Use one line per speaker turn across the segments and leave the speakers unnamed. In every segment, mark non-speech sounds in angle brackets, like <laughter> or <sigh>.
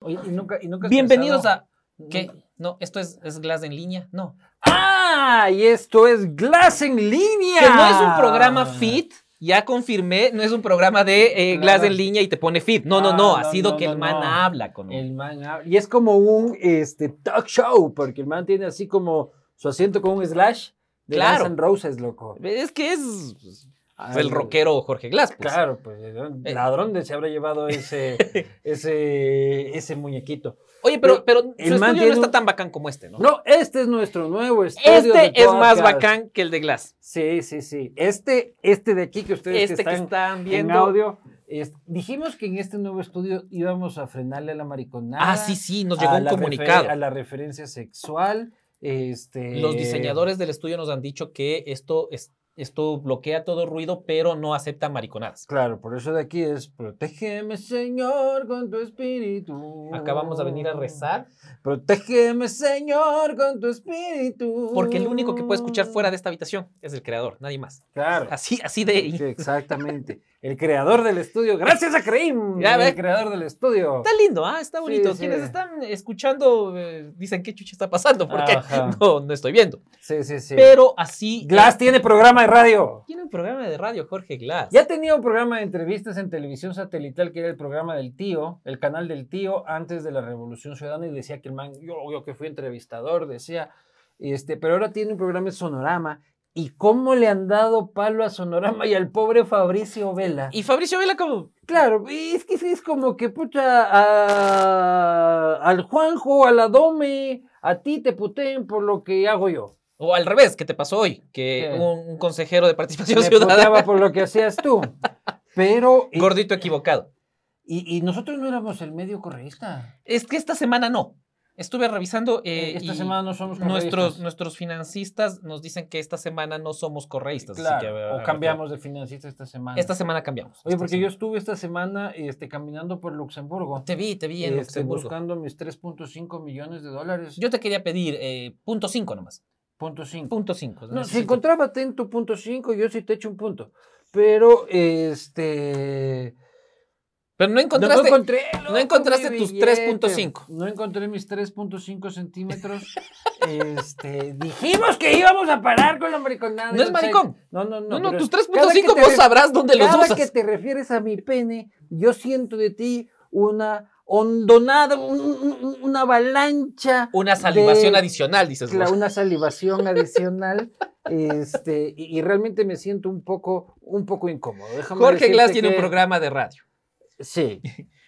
Oye, y nunca, y nunca has
Bienvenidos
pensado-
a. ¿Qué? No, esto es, es Glass en línea. No.
¡Ah! Y esto es Glass en línea.
Que no es un programa fit. Ya confirmé, no es un programa de eh, Glass
Claro.
en línea y te pone fit. No, no,
Ah,
no. Ha
no,
sido
no,
que
no,
el man
no.
habla con
El man hab- y es como un este, talk show, porque el man tiene así como su asiento con un slash de
Claro.
Guns N' Roses, loco.
Es que es pues,
Ay,
el rockero Jorge Glass. pues.
Claro, pues
Eh.
ladrón de se habrá llevado ese,
<laughs>
ese, ese muñequito.
Oye, pero, pero su
el man
estudio no
tiene
está
un-
tan bacán como este, ¿no?
No, este es nuestro nuevo estudio. de
este es más
podcast.
bacán que el de Glass.
Sí, sí, sí. Este, este de aquí que ustedes
Este que
están
están
en
viendo.
audio. es- dijimos que en este nuevo estudio íbamos a frenarle a la mariconada.
Ah, sí, sí, nos llegó
a
un
la refer-
comunicado.
A la referencia sexual. Este,
Los diseñadores del estudio nos han dicho que esto, es, esto bloquea todo ruido, pero no acepta mariconadas.
Claro, por eso de aquí es Protégeme, Señor, con tu espíritu.
Acá vamos a venir a rezar,
Protégeme, Señor, con tu espíritu.
porque el único que puede escuchar fuera de esta habitación es el creador, nadie más.
Claro.
<laughs> Así, así de...
Sí, exactamente. El creador del estudio. Gracias a Creim.
Ya ve.
El creador del estudio.
Está lindo, ¿ah? está
Sí,
bonito.
sí.
Quienes están escuchando eh, dicen qué chucha está pasando, porque
Ajá.
<laughs> no, no estoy viendo.
Sí, sí, sí.
Pero así...
Glass tiene programa de radio.
Tiene un programa de radio, Jorge Glass.
Ya tenía un programa de entrevistas en televisión satelital que era el programa del tío, el canal del tío, antes de la Revolución Ciudadana, y decía que el man, yo, yo que fui entrevistador, decía, este, pero ahora tiene un programa de Sonorama. ¿Y cómo le han dado palo a Sonorama y al pobre Fabricio Vela?
Y Fabricio Vela como...
Claro, y es que sí, es como que, pucha, a- al Juanjo, a la Dome, a ti te puteen por lo que hago yo.
O al revés, ¿qué te pasó hoy? Que
¿Qué?
un, un consejero de participación
Me puteaba
ciudadana...
por lo que hacías tú. Pero... eh,
Gordito equivocado.
Y, y nosotros no éramos el medio correísta.
Es que esta semana no. Estuve revisando eh,
Esta
y
semana no somos correístas.
nuestros, nuestros financistas nos dicen que esta semana no somos correístas. así
Claro,
que, a- a-
o cambiamos de financista esta semana.
Esta semana cambiamos.
Oye,
Esta
porque yo
semana.
estuve esta semana este, caminando por Luxemburgo.
Te vi, te vi en
este,
Luxemburgo.
Buscando mis 3.5 millones de dólares.
Yo te quería pedir eh, punto 5 nomás.
punto cinco.
Punto 5.
No, si encontraba atento punto 5, yo sí te echo un punto. Pero, este...
Pero no
no
encontraste...
encontré, loco,
encontraste
mi
tus
billete.
3.5.
No encontré mis 3.5 centímetros. <laughs> este, dijimos que íbamos a parar con la mariconada.
No es maricón.
No, no, no.
No, no,
pero
tus
cada que
3.5
te
vos
re-
sabrás dónde los
Cada
usas.
que te refieres a mi pene, yo siento de ti una hondonada, un- un- un- una avalancha,
Una salivación
de-
adicional, dices
cla-
vos.
una salivación
<laughs>
adicional. Este, y, y realmente me siento un poco, un poco incómodo. Déjame
Jorge
decirte
Glass tiene un
que-
programa de radio.
Sí,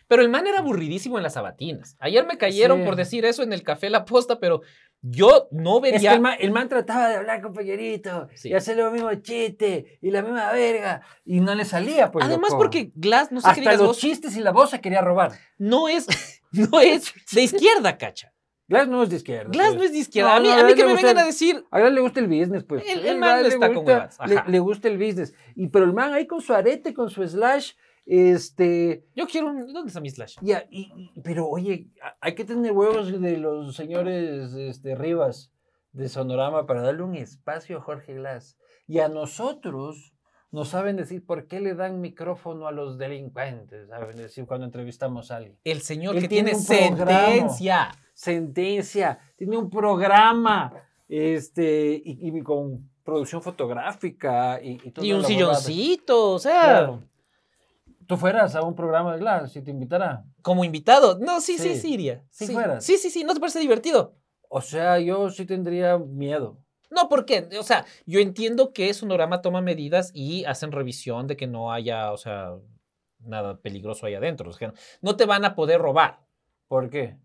Pero el man era aburridísimo en las sabatinas. Ayer me cayeron
Sí.
por decir eso en el café La Posta, pero yo no vería.
Es que el man, el man trataba de hablar, compañerito,
Sí.
y hacer los mismos chistes y la misma verga, y no le salía. Pues,
Además,
loco.
porque Glass, no sé qué
hasta
digas
los
vos,
chistes y la voz se quería robar. <laughs>
no es, no es de izquierda, cacha.
Glass no es de izquierda.
Glass
pues.
no es de izquierda.
No,
a mí,
no,
a mí
no
que
le
me
gusta
vengan a
el-
decir.
A Glass le gusta el business, pues.
El- el man
Glass le
está con
gusta-
huevas,
le,
ajá.
le gusta el business. Y, pero el man ahí con su arete, con su slash, este.
Yo quiero un. ¿Dónde está mi slash?
Ya, y, y- pero oye, a- hay que tener huevos de los señores este, Rivas de Sonorama para darle un espacio a Jorge Glass. Y a nosotros nos saben decir por qué le dan micrófono a los delincuentes, saben decir cuando entrevistamos a alguien.
El señor
Él
que tiene,
tiene un programa.
sentencia.
Sentencia, tiene un programa este, y, y con producción fotográfica y, y toda
Y un
la huevada.
silloncito, o sea,
Claro. Tú fueras a un programa de Glass si te invitara.
como invitado. No, sí, sí,
Sí.
sí, iría.
Sí fueras.
Sí, sí, sí, ¿no te parece divertido?
O sea, yo sí tendría miedo.
No, ¿por qué? O sea, yo entiendo que Sonorama toma medidas y hacen revisión de que no haya, o sea, nada peligroso ahí adentro. O sea, no te van a poder robar.
¿Por qué?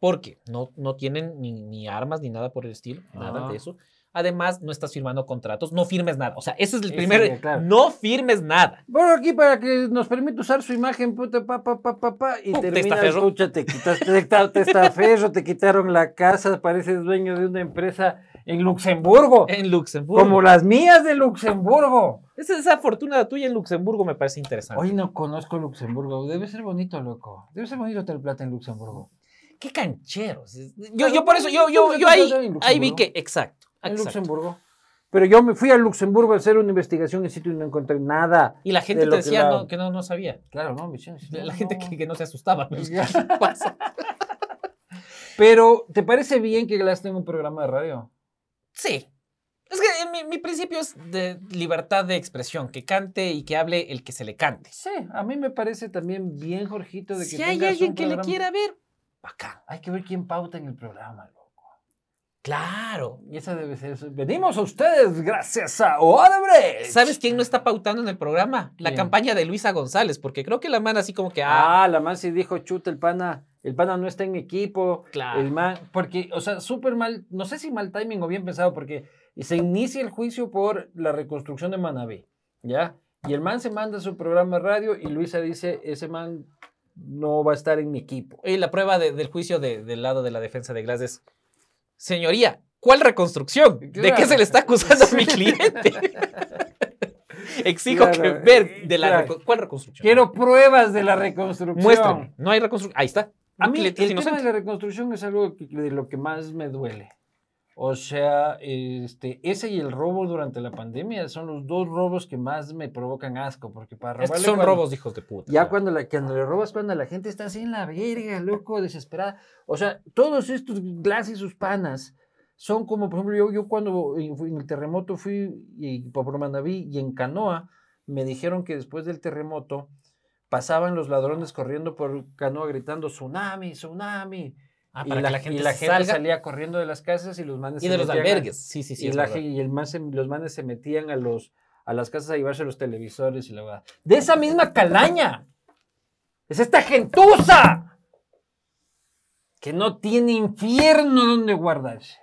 Porque no, no tienen ni, ni armas ni nada por el estilo, nada
Ajá.
de eso. Además, no estás firmando contratos, no firmes nada. O sea, ese es el
Ese
primer.
sería, claro.
No firmes nada.
Bueno, aquí para que nos permita usar su imagen, puta, pa, pa, pa, pa, pa, y
Puta,
termina,
testaferro.
escucha, te quitaste, te, quita- te estaferro, te quitaron la casa, pareces dueño de una empresa en Luxemburgo,
En Luxemburgo.
como las mías de Luxemburgo.
Esa, esa fortuna tuya en Luxemburgo me parece interesante.
Hoy no conozco Luxemburgo, debe ser bonito, loco, debe ser bonito Hotel Plata en Luxemburgo.
Qué cancheros. Yo,
Claro,
yo por eso, yo, yo, yo
yo
ahí,
creo que en
ahí vi
Luxemburgo.
que. Exacto.
En
exacto.
Luxemburgo. Pero yo me fui a Luxemburgo a hacer una investigación en sitio y no encontré nada.
Y la gente
lo
te
que
decía
la-
no, que no, no sabía.
Claro, no, misiones.
La, la gente que, que no se asustaba. pues,
Ya.
<laughs> ¿qué pasa?
Pero, ¿te parece bien que Glass tenga un programa de radio?
Sí. Es que eh, mi, mi principio es de libertad de expresión, que cante y que hable el que se le cante.
Sí, a mí me parece también bien, Jorgito, de que
Si hay
tengas
alguien
un
que le
programa.
quiera ver, acá.
Hay que ver quién pauta en el programa, loco.
Claro.
Y esa debe ser su- Venimos a ustedes gracias a Odebrecht.
¿Sabes quién no está pautando en el programa? La
Eh, ¿Quién?
campaña de Luisa González, porque creo que la man así como que, ah,
Ah, la man sí dijo, chuta, el pana, el pana no está en mi equipo.
Claro.
El man, porque, o sea, súper mal, no sé si mal timing o bien pensado, porque se inicia el juicio por la reconstrucción de Manabí, ¿ya? Y el man se manda a su programa de radio y Luisa dice, ese man no va a estar en mi equipo.
y la prueba de- del juicio de- del lado de la defensa de Glass es, señoría, ¿cuál reconstrucción? ¿De qué
Claro.
se le está acusando a
<laughs>
mi cliente? Exijo que
Claro, Eh,
ver de la
claro.
reco- ¿Cuál reconstrucción?
Quiero pruebas de la reconstrucción.
Muéstrame. No hay reconstrucción. Ahí está. Ah,
A mí el
Cliente es
tema
inocente.
de la reconstrucción es algo que- de lo que más me duele. O sea, este, ese y el robo durante la pandemia son los dos robos que más me provocan asco, porque para
Es que
robarle
son
cuando-
robos de hijos de puta.
Ya
claro.
cuando, la- cuando le robas, cuando la gente está así en la verga, loco, desesperada. O sea, todos estos Glass y sus panas son como, por ejemplo, yo, yo cuando en fui- en el terremoto fui y, por Manaví y en Canoa, me dijeron que después del terremoto pasaban los ladrones corriendo por Canoa gritando tsunami, tsunami.
Ah,
y
para
la,
que la
y
gente,
la gente
salga
salía corriendo de las casas y los manes
y
se
de los
metían a-
albergues. Sí, sí, sí.
y,
es
la
verdad.
gen- y el man se- los manes se metían a, los, a las casas a llevarse los televisores y la verdad. ¡De esa misma calaña! ¡Es esta gentuza! Que no tiene infierno donde guardarse.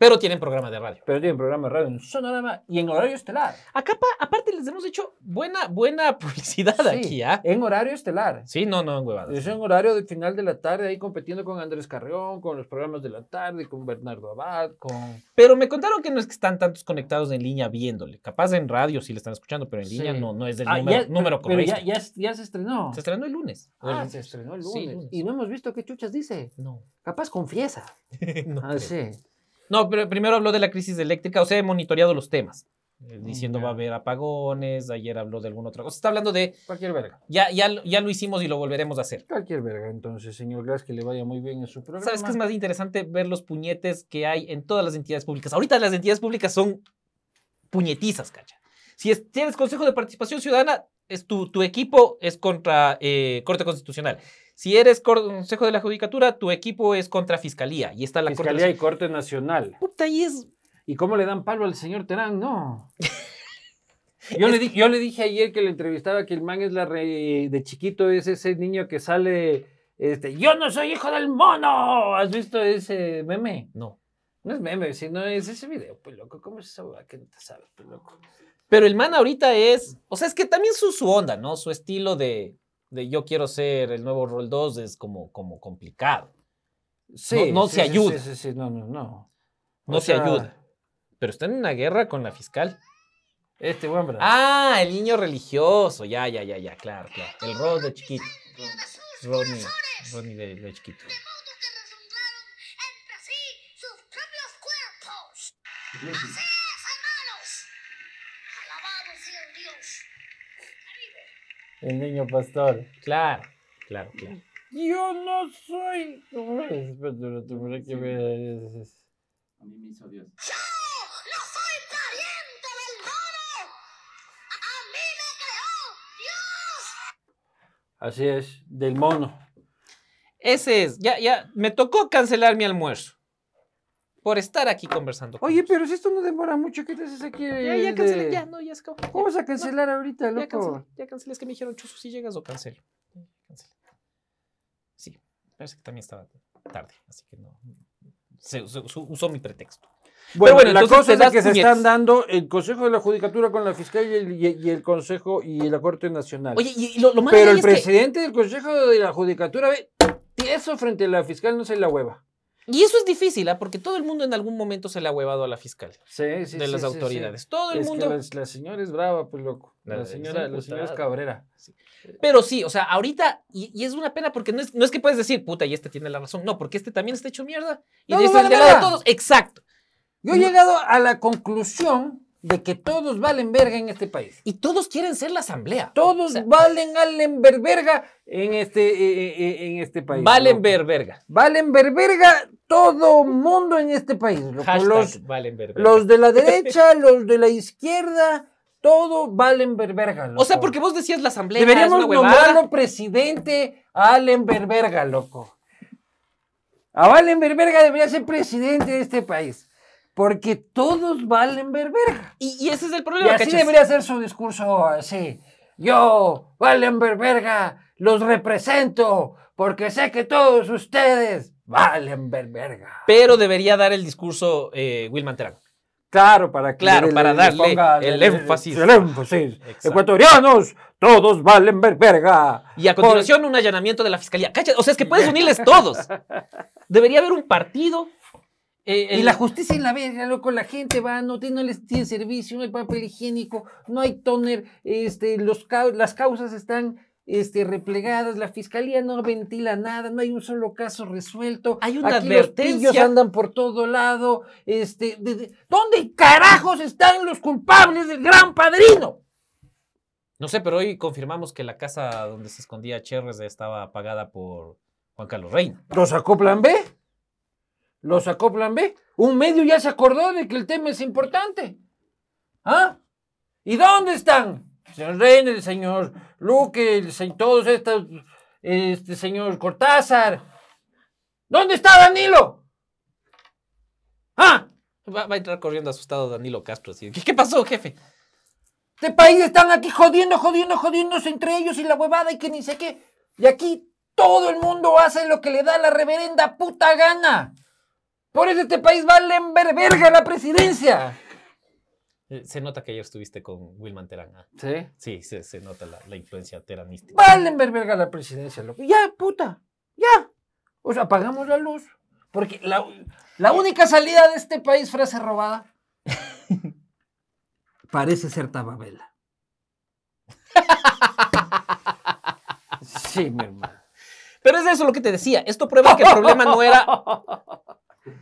Pero tienen programa de radio.
Pero tiene programa de radio en Sonorama y en horario estelar.
Acá, pa- aparte, les hemos hecho buena, buena <laughs> publicidad
Sí,
aquí, ¿ah?
En horario estelar.
Sí, no, no, en huevadas.
Es en horario de final de la tarde, ahí compitiendo con Andrés Carrión, con los programas de la tarde, con Bernardo Abad, con...
Pero me contaron que no es que están tantos conectados en línea viéndole. Capaz en radio sí le están escuchando, pero en línea
Sí.
no, no es del
Ah,
número,
ya-
número
pero
correcto.
ya, ya, ya se estrenó.
Se estrenó el lunes.
Ah, se estrenó el
Sí,
lunes.
lunes.
Y no hemos visto qué chuchas dice.
No.
Capaz confiesa.
no,
Ah,
creo.
sí.
No, pero primero habló de la crisis eléctrica, o sea, he monitoreado los temas. eh, Diciendo
Ya.
va a haber apagones, ayer habló de alguna otra cosa. Está hablando de,
Cualquier verga.
ya, ya, lo- ya lo hicimos y lo volveremos a hacer.
Cualquier verga, entonces, señor Glass, que le vaya muy bien en su programa.
¿Sabes qué es más interesante? Ver los puñetes que hay en todas las entidades públicas. Ahorita las entidades públicas son puñetizas, cacha. Si es- tienes Consejo de Participación Ciudadana, es tu, tu equipo es contra eh, Corte Constitucional. Si eres cor- Consejo de la Judicatura, tu equipo es contra Fiscalía. Y está la Corte.
Fiscalía
Nacional.
y Corte Nacional.
Puta, ahí es.
¿Y cómo le dan palo al señor Terán?
<laughs>
No. Yo le, di- yo le dije ayer que le entrevistaba que el man es la re- de chiquito, es ese niño que sale, este, yo no soy hijo del mono. ¿Has visto ese meme?
No.
No es meme, sino es ese video, pues loco, ¿cómo es esa hueá que no te sabes, pues loco?
Pero el man ahorita es. O sea, es que también su, su onda, ¿no? Su estilo de, de yo quiero ser el nuevo Roll 2 es como, como complicado. No- no se ayuda.
Sí, sí, sí, no, no, no.
No
O
se
sea,
ayuda. Pero está en una guerra con la fiscal.
Este buen brazo.
Ah, el niño religioso. Ya, ya, ya, ya, claro, claro. El Rod de chiquito. Rodney. Rodney de, de chiquito.
modo que refundaron entre sí sus propios cuerpos. Así es, hermanos. Alabado sea Dios. Arriba.
El niño pastor.
Claro, claro, claro.
Yo no soy. ¿Cómo es? Espérate, espérate, que me-
A mí me hizo Dios.
Yo no soy pariente del mono. A, a mí me creó Dios.
Así es, del mono.
Ese es. Ya, ya. Me tocó cancelar mi almuerzo. Por estar aquí conversando. con
Oye,
ustedes.
pero si esto no demora mucho, ¿qué te haces aquí?
Ya, ya
de-
cancelé. Ya, no, ya se acabó.
¿Cómo vas
Ya,
a cancelar ahorita,
no, ya cancelé.
loco?
Ya cancelé. Es que me dijeron, Chuzo, si llegas o cancelo. Ya, Cancelé. Sí. Parece que también estaba tarde. Así que no. Se, se- se usó mi pretexto.
Bueno,
bueno,
la
entonces
cosa
te
es de
das
que se
puñetes.
están dando el Consejo de la Judicatura con la Fiscalía y el, y- y el Consejo y la Corte Nacional.
Oye, y lo, lo más
pero
ahí
el
es que-
presidente del Consejo de la Judicatura ve tieso frente a la fiscal, no se la hueva.
Y eso es difícil, ¿ah? porque todo el mundo en algún momento se le ha huevado a la fiscal
Sí, sí,
de
sí,
las
sí, sí.
autoridades. Todo el
Es que
mundo.
las- la, señora es brava, pues loco. La,
La-
señora,
es
la señora es
emputada.
cabrera.
Pero sí, o sea, ahorita. Y, y es una pena porque no es, no es que puedes decir, puta, y este tiene la razón. No, porque este también está hecho mierda. Y
No,
de
no
este es
vale
del lado de
nada.
todos. Exacto.
Yo he llegado a la conclusión de que todos valen verga en este país.
Y todos quieren ser la asamblea.
Todos
O sea,
valen valen ver- verga en este, eh, eh, eh, en este país.
Valen
loco.
ver verga.
Valen ver verga todo mundo en este país. loco.
Hashtag
Los,
valen ver verga.
los
<laughs>
de la derecha, los de la izquierda, todo valen ver verga.
o sea,
loco.
porque vos decías la asamblea es
Deberíamos
una huevada.
nombrarlo presidente a Allen Berberga, loco. A Allen Berberga debería ser presidente de este país. Porque todos valen Berberga.
Y, y ese es el
Y
problema,
así
¿cachas?
debería ser su discurso, así. Yo, valen Berberga, los represento. Porque sé que todos ustedes valen Berberga.
Pero debería dar el discurso eh, Wilman Terán.
Claro, para que
Claro, para darle
ponga
el énfasis.
El énfasis.
Exacto.
Ecuatorianos, todos valen Berberga.
Y a
Por-
continuación un allanamiento de la fiscalía. ¿Cachas? O sea, es que puedes unirles todos. Debería haber un partido. eh,
Y
el-
la justicia en la verga, loco, la gente va, no, tiene, no les tiene servicio, no hay papel higiénico, no hay toner, este, los, cau- las causas están este, replegadas, la fiscalía no ventila nada, no hay un solo caso resuelto.
Hay una
Aquí los pillos
advertencia.
andan por todo lado. Este, de- de- ¿Dónde carajos están los culpables del gran padrino?
No sé, pero hoy confirmamos que la casa donde se escondía Cherres estaba pagada por Juan Carlos Reina.
¿Los sacó plan B? ¿Los sacó plan B? Un medio ya se acordó de que el tema es importante. ¿Ah? ¿Y dónde están? Señor Reina, el señor Luque, el se- todos estos, este señor Cortázar. ¿Dónde está Danilo? ¿Ah?
Va, va a entrar corriendo asustado Danilo Castro. Así, ¿Qué, qué pasó, jefe?
Este país están aquí jodiendo, jodiendo, jodiéndose entre ellos y la huevada y que ni sé qué. Y aquí todo el mundo hace lo que le da la reverenda puta gana. Por eso este país vale en ver- verga la presidencia.
Eh, Se nota que ayer estuviste con Wilman Terán. ¿ah?
Sí.
Sí, se, se nota la, la influencia teranística.
Valen ver verga la presidencia, loco. Ya, puta. Ya. O sea, apagamos la luz. Porque la, la única salida de este país, frase robada, parece ser Tababela. Sí, mi hermano.
Pero es eso lo que te decía. Esto prueba que el problema no era,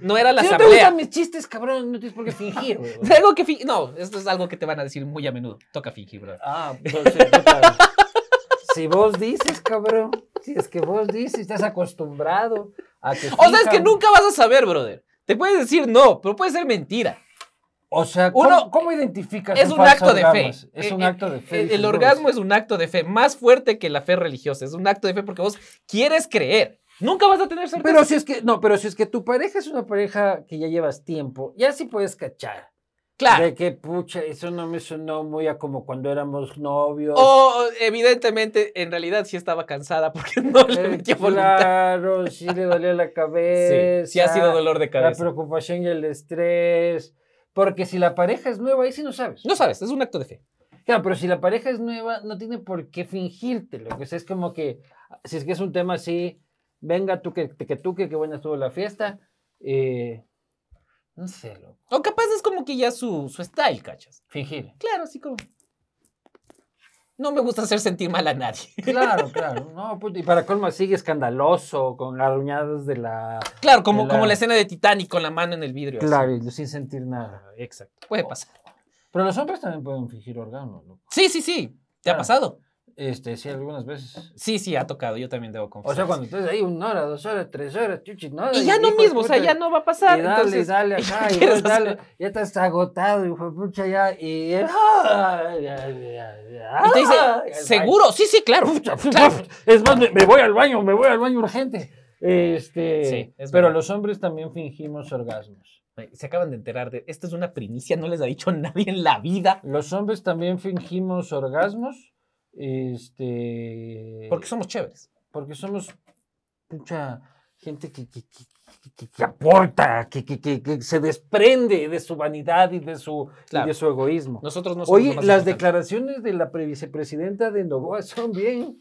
no era la
si no te
asamblea.
gustan mis chistes, cabrón, no tienes por qué fingir, güey.
Es algo que fin- no, esto es algo que te van a decir muy a menudo. Toca fingir, bro.
Ah, entonces, puta. Si vos dices, cabrón, si es que vos dices, estás acostumbrado a que.
O sea, es que
fijan.
nunca vas a saber, brother. Te puedes decir no, pero puede ser
<laughs>
mentira.
O sea, ¿cómo,
Uno-
¿cómo identificas
Es un acto de fe.
orgasmo? Es
Eh,
un
eh,
acto de fe. dices
El,
pues.
el
vos.
orgasmo es un acto de fe, más fuerte que la fe religiosa. Es un acto de fe porque vos quieres creer. Nunca vas a tener certeza.
Pero si es que, no, pero si es que tu pareja es una pareja que ya llevas tiempo, ya sí puedes cachar.
claro.
De que, pucha, eso no me sonó muy a como cuando éramos novios.
O evidentemente, en realidad sí estaba cansada porque no <laughs> le
Eh,
metió voluntad.
claro, sí le dolía la cabeza.
Sí, sí ha sido dolor de
La
cabeza.
preocupación y el estrés. Porque si la pareja es nueva, ahí sí no sabes.
No sabes, es un acto de fe.
Claro, pero si la pareja es nueva, no tiene por qué fingírtelo. que sea, es como que, si es que es un tema así, venga tú que, que tú que, que buena estuvo la fiesta. eh, no sé, loco.
O capaz es como que ya su, su style, cachas.
Fingir.
Claro, así como. No me gusta hacer sentir mal a nadie.
Claro, claro. No, puta, y para colmo sigue escandaloso, con aruñadas de la...
Claro, como,
Claro.
como la escena de Titanic con la mano en el vidrio. así.
Claro, y sin sentir nada.
Exacto. Puede pasar.
Pero los hombres también pueden fingir orgasmos, loco.
Sí, sí, sí. ¿Te ha
Claro.
pasado?
Este, sí, algunas veces.
Sí, sí, ha tocado. Yo también debo confesar.
O sea, cuando estás ahí una hora, dos horas, tres horas, chuchi, nada.
Y ya no
hijo de
mismo, o sea,
puta,
ya no va a pasar.
Y dale,
entonces,
dale
<laughs>
acá, y
quieres
vos dale,
hacer-
ya estás agotado, hijo de pucha, ya, y...
Y
Y
te dice, ¿seguro? Sí, sí, claro. claro.
<laughs> Es más, me, me voy al baño, me voy al baño urgente. Este,
Sí, es
pero
verdad.
los hombres también fingimos orgasmos.
Se acaban de enterar de. Esto es una primicia, no les ha dicho nadie en la vida.
Los hombres también fingimos orgasmos, este...
Porque somos chéveres.
porque somos mucha gente que, que- que- que- que- que aporta, que, que- que- que se desprende de su vanidad y de su, y
Claro.
de su egoísmo.
Nosotros no somos.
Oye,
lo más
las
importante.
declaraciones de la pre- vicepresidenta de Novoa son bien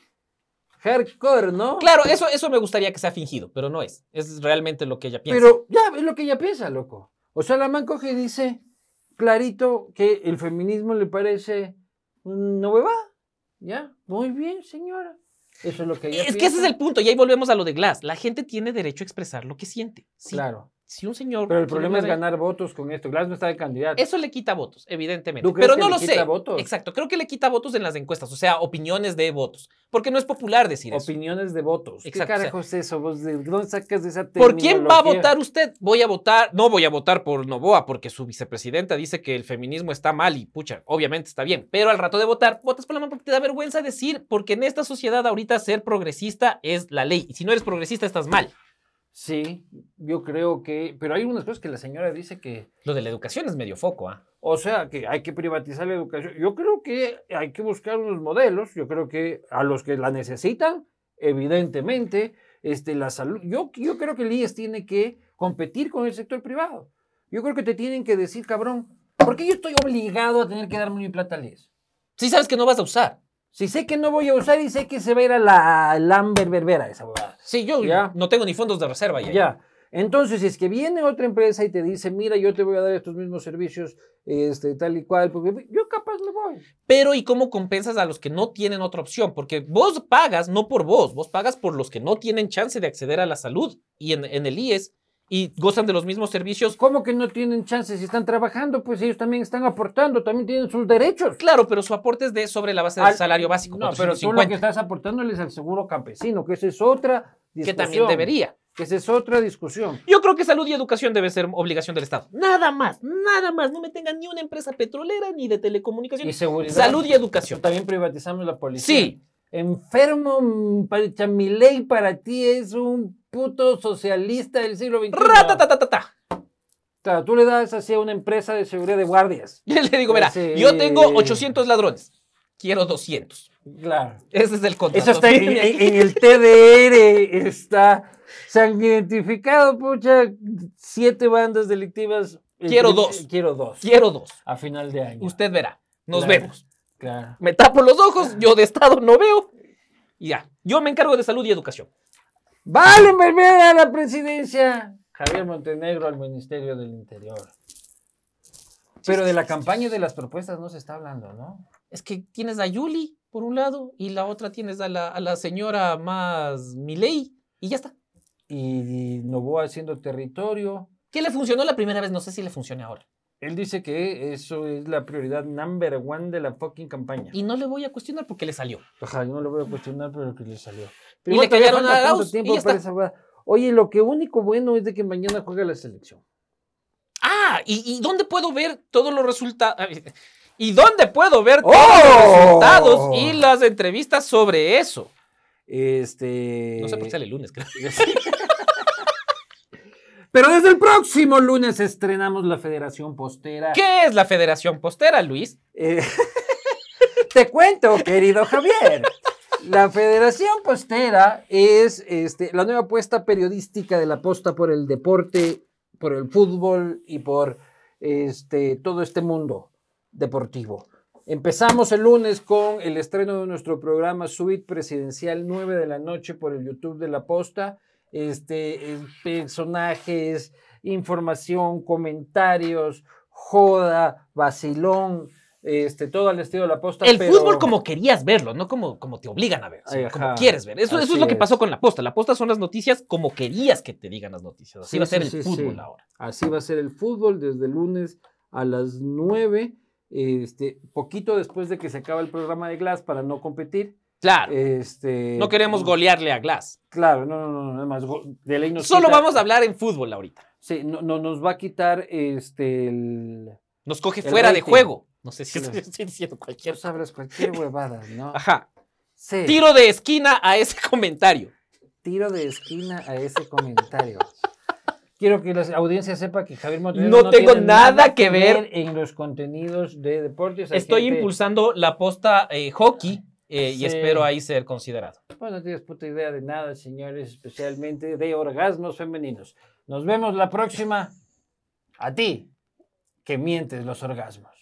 hardcore, ¿no?
Claro, eso, eso me gustaría que sea fingido, pero no es. Es realmente lo que ella piensa.
Pero ya es lo que ella piensa, loco. O sea, la man coge y dice clarito que el feminismo le parece no hueva. Ya, muy bien, señora. Eso es lo que ella
es que
piensa.
ese es el punto, y ahí volvemos a lo de Glass. La gente tiene derecho a expresar lo que siente. Sí.
Claro.
si un señor.
Pero el
quiere
problema es
hablar ahí-
ganar votos con esto. Glass no está de candidato.
Eso le quita votos, evidentemente.
¿Tú crees
Pero
que
no
le
lo
quita
sé.
votos?
Exacto, creo que le quita votos en las encuestas, o sea, opiniones de votos. Porque no es popular decir eso.
Opiniones de votos.
Exacto,
¿Qué
o sea,
carajo es eso? ¿Vos de dónde sacas de esa
¿Por quién va a
terminología?
votar usted? Voy a votar, no voy a votar por Novoa porque su vicepresidenta dice que el feminismo está mal y pucha, obviamente está bien, pero al rato de votar, votas por la mano porque te da vergüenza decir, porque en esta sociedad ahorita ser progresista es la ley y si no eres progresista estás mal.
Sí, yo creo que. Pero hay unas cosas que la señora dice que.
Lo de la educación es medio foco, ¿ah?
O sea, que hay que privatizar la educación. Yo creo que hay que buscar unos modelos. Yo creo que a los que la necesitan, evidentemente, este, la salud. Yo, yo creo que el IES tiene que competir con el sector privado. Yo creo que te tienen que decir, cabrón, ¿por qué yo estoy obligado a tener que darme mi plata al IES?
Sí sabes que no vas a usar.
Si sé que no voy a usar y sé que se va a ir a la Lambert Berbera esa huevada.
Sí, yo
Ya.
no tengo ni fondos de reserva ya.
Ya. Entonces, si es que viene otra empresa y te dice, mira, yo te voy a dar estos mismos servicios, este, tal y cual, porque yo capaz me voy.
Pero ¿y cómo compensas a los que no tienen otra opción? Porque vos pagas no por vos, vos pagas por los que no tienen chance de acceder a la salud y en, en el IES y gozan de los mismos servicios.
pues, ¿Cómo que no tienen chances si están trabajando? Pues ellos también están aportando, también tienen sus derechos.
Claro, pero su aporte es de sobre la base del
Al-
salario básico,
No, pero tú lo que
450,
estás aportándoles al seguro campesino, que esa es otra
que
discusión.
también debería.
Que esa es otra discusión.
Yo creo que salud y educación debe ser obligación del Estado. Nada más, nada más. No me tengan ni una empresa petrolera ni de
Y
telecomunicaciones.
seguridad.
Salud y educación.
También privatizamos la policía.
Sí,
Enfermo, mm, Pacha, mi ley para ti es un puto socialista del siglo XXI.
ratatatatata.
O sea, tú le das así a una empresa de seguridad de guardias.
Yo <laughs> le digo, mira,
Sí.
yo tengo 800 ladrones, quiero 200.
Claro.
Ese es el contrato.
Eso está en, en- en el TDR, está. Se han identificado, pucha, siete bandas delictivas. El
Quiero
prim-
dos.
Quiero dos.
Quiero dos.
A final de año.
Usted verá. Nos
Claro.
vemos.
Claro.
Me tapo los ojos, yo de estado no veo. Y ya. Yo me encargo de salud y educación.
Vale, volver a la presidencia. Javier Montenegro al Ministerio del Interior. Pero de la campaña y de las propuestas no se está hablando, ¿no?
Es que tienes a Yuli, por un lado, y la otra tienes a la, a la señora más Milei, y ya está.
Y Novoa haciendo territorio.
¿Qué le funcionó la primera vez? No sé si le funcione ahora.
Él dice que eso es la prioridad number one de la fucking campaña.
Y no le voy a cuestionar porque le salió.
Ojalá, yo no lo voy a cuestionar, pero que le salió.
Y
igual todavía
le callaron
falta
a
tanto
Arauz,
tiempo
y ya
para
está.
esa hueá. Oye, lo que único bueno es de que mañana juega la selección.
Ah, ¿y, y dónde puedo ver todos los resultados? ¿Y dónde puedo ver todos
¡Oh!
los resultados y las entrevistas sobre eso?
Este.
No sé por qué sale el lunes, creo.
Pero desde el próximo lunes estrenamos la Federación Postera.
¿Qué es la Federación Postera, Luis?
Eh, <laughs> Te cuento, querido Javier. La Federación Postera es este, la nueva apuesta periodística de la posta por el deporte, por el fútbol y por este, todo este mundo deportivo. Empezamos el lunes con el estreno de nuestro programa Suite Presidencial 9 de la noche por el YouTube de la posta. Este, eh, personajes, información, comentarios, joda, vacilón, este, todo al estilo de la posta.
El
pero-
fútbol como querías verlo, no como, como te obligan a ver, sino
Ajá.
como quieres ver. Eso, eso
Así
es lo que
es.
pasó con la posta. La posta son las noticias como querías que te digan las noticias. Así
Sí,
va a ser
sí,
el
sí,
fútbol
sí.
ahora.
Así va a ser el fútbol desde el lunes a las 9, este, poquito después de que se acaba el programa de Glass para no competir.
Claro,
Este,
no queremos golearle a Glass.
Claro, no, no, no, no, nada más. go- De ley nos
Solo
quita-
vamos a hablar en fútbol ahorita.
Sí, no, no, nos va a quitar este, el.
Nos coge
El
fuera de
rating.
juego. No sé si
Sí.
estoy, estoy diciendo cualquier...
Tú sabrás
<laughs>
cualquier huevada, ¿no?
Ajá.
Sí.
Tiro de esquina a ese <laughs> comentario.
Tiro de esquina a ese comentario. Quiero que la audiencia sepa que Javier Montenegro
No tengo
tiene
nada que ver.
en los contenidos de deportes. Hay
Estoy
gente-
impulsando la posta eh, hockey eh,
Sí.
y espero ahí ser considerado.
Pues no tienes puta idea de nada, señores, especialmente de orgasmos femeninos. Nos vemos la próxima. A ti, que mientes los orgasmos.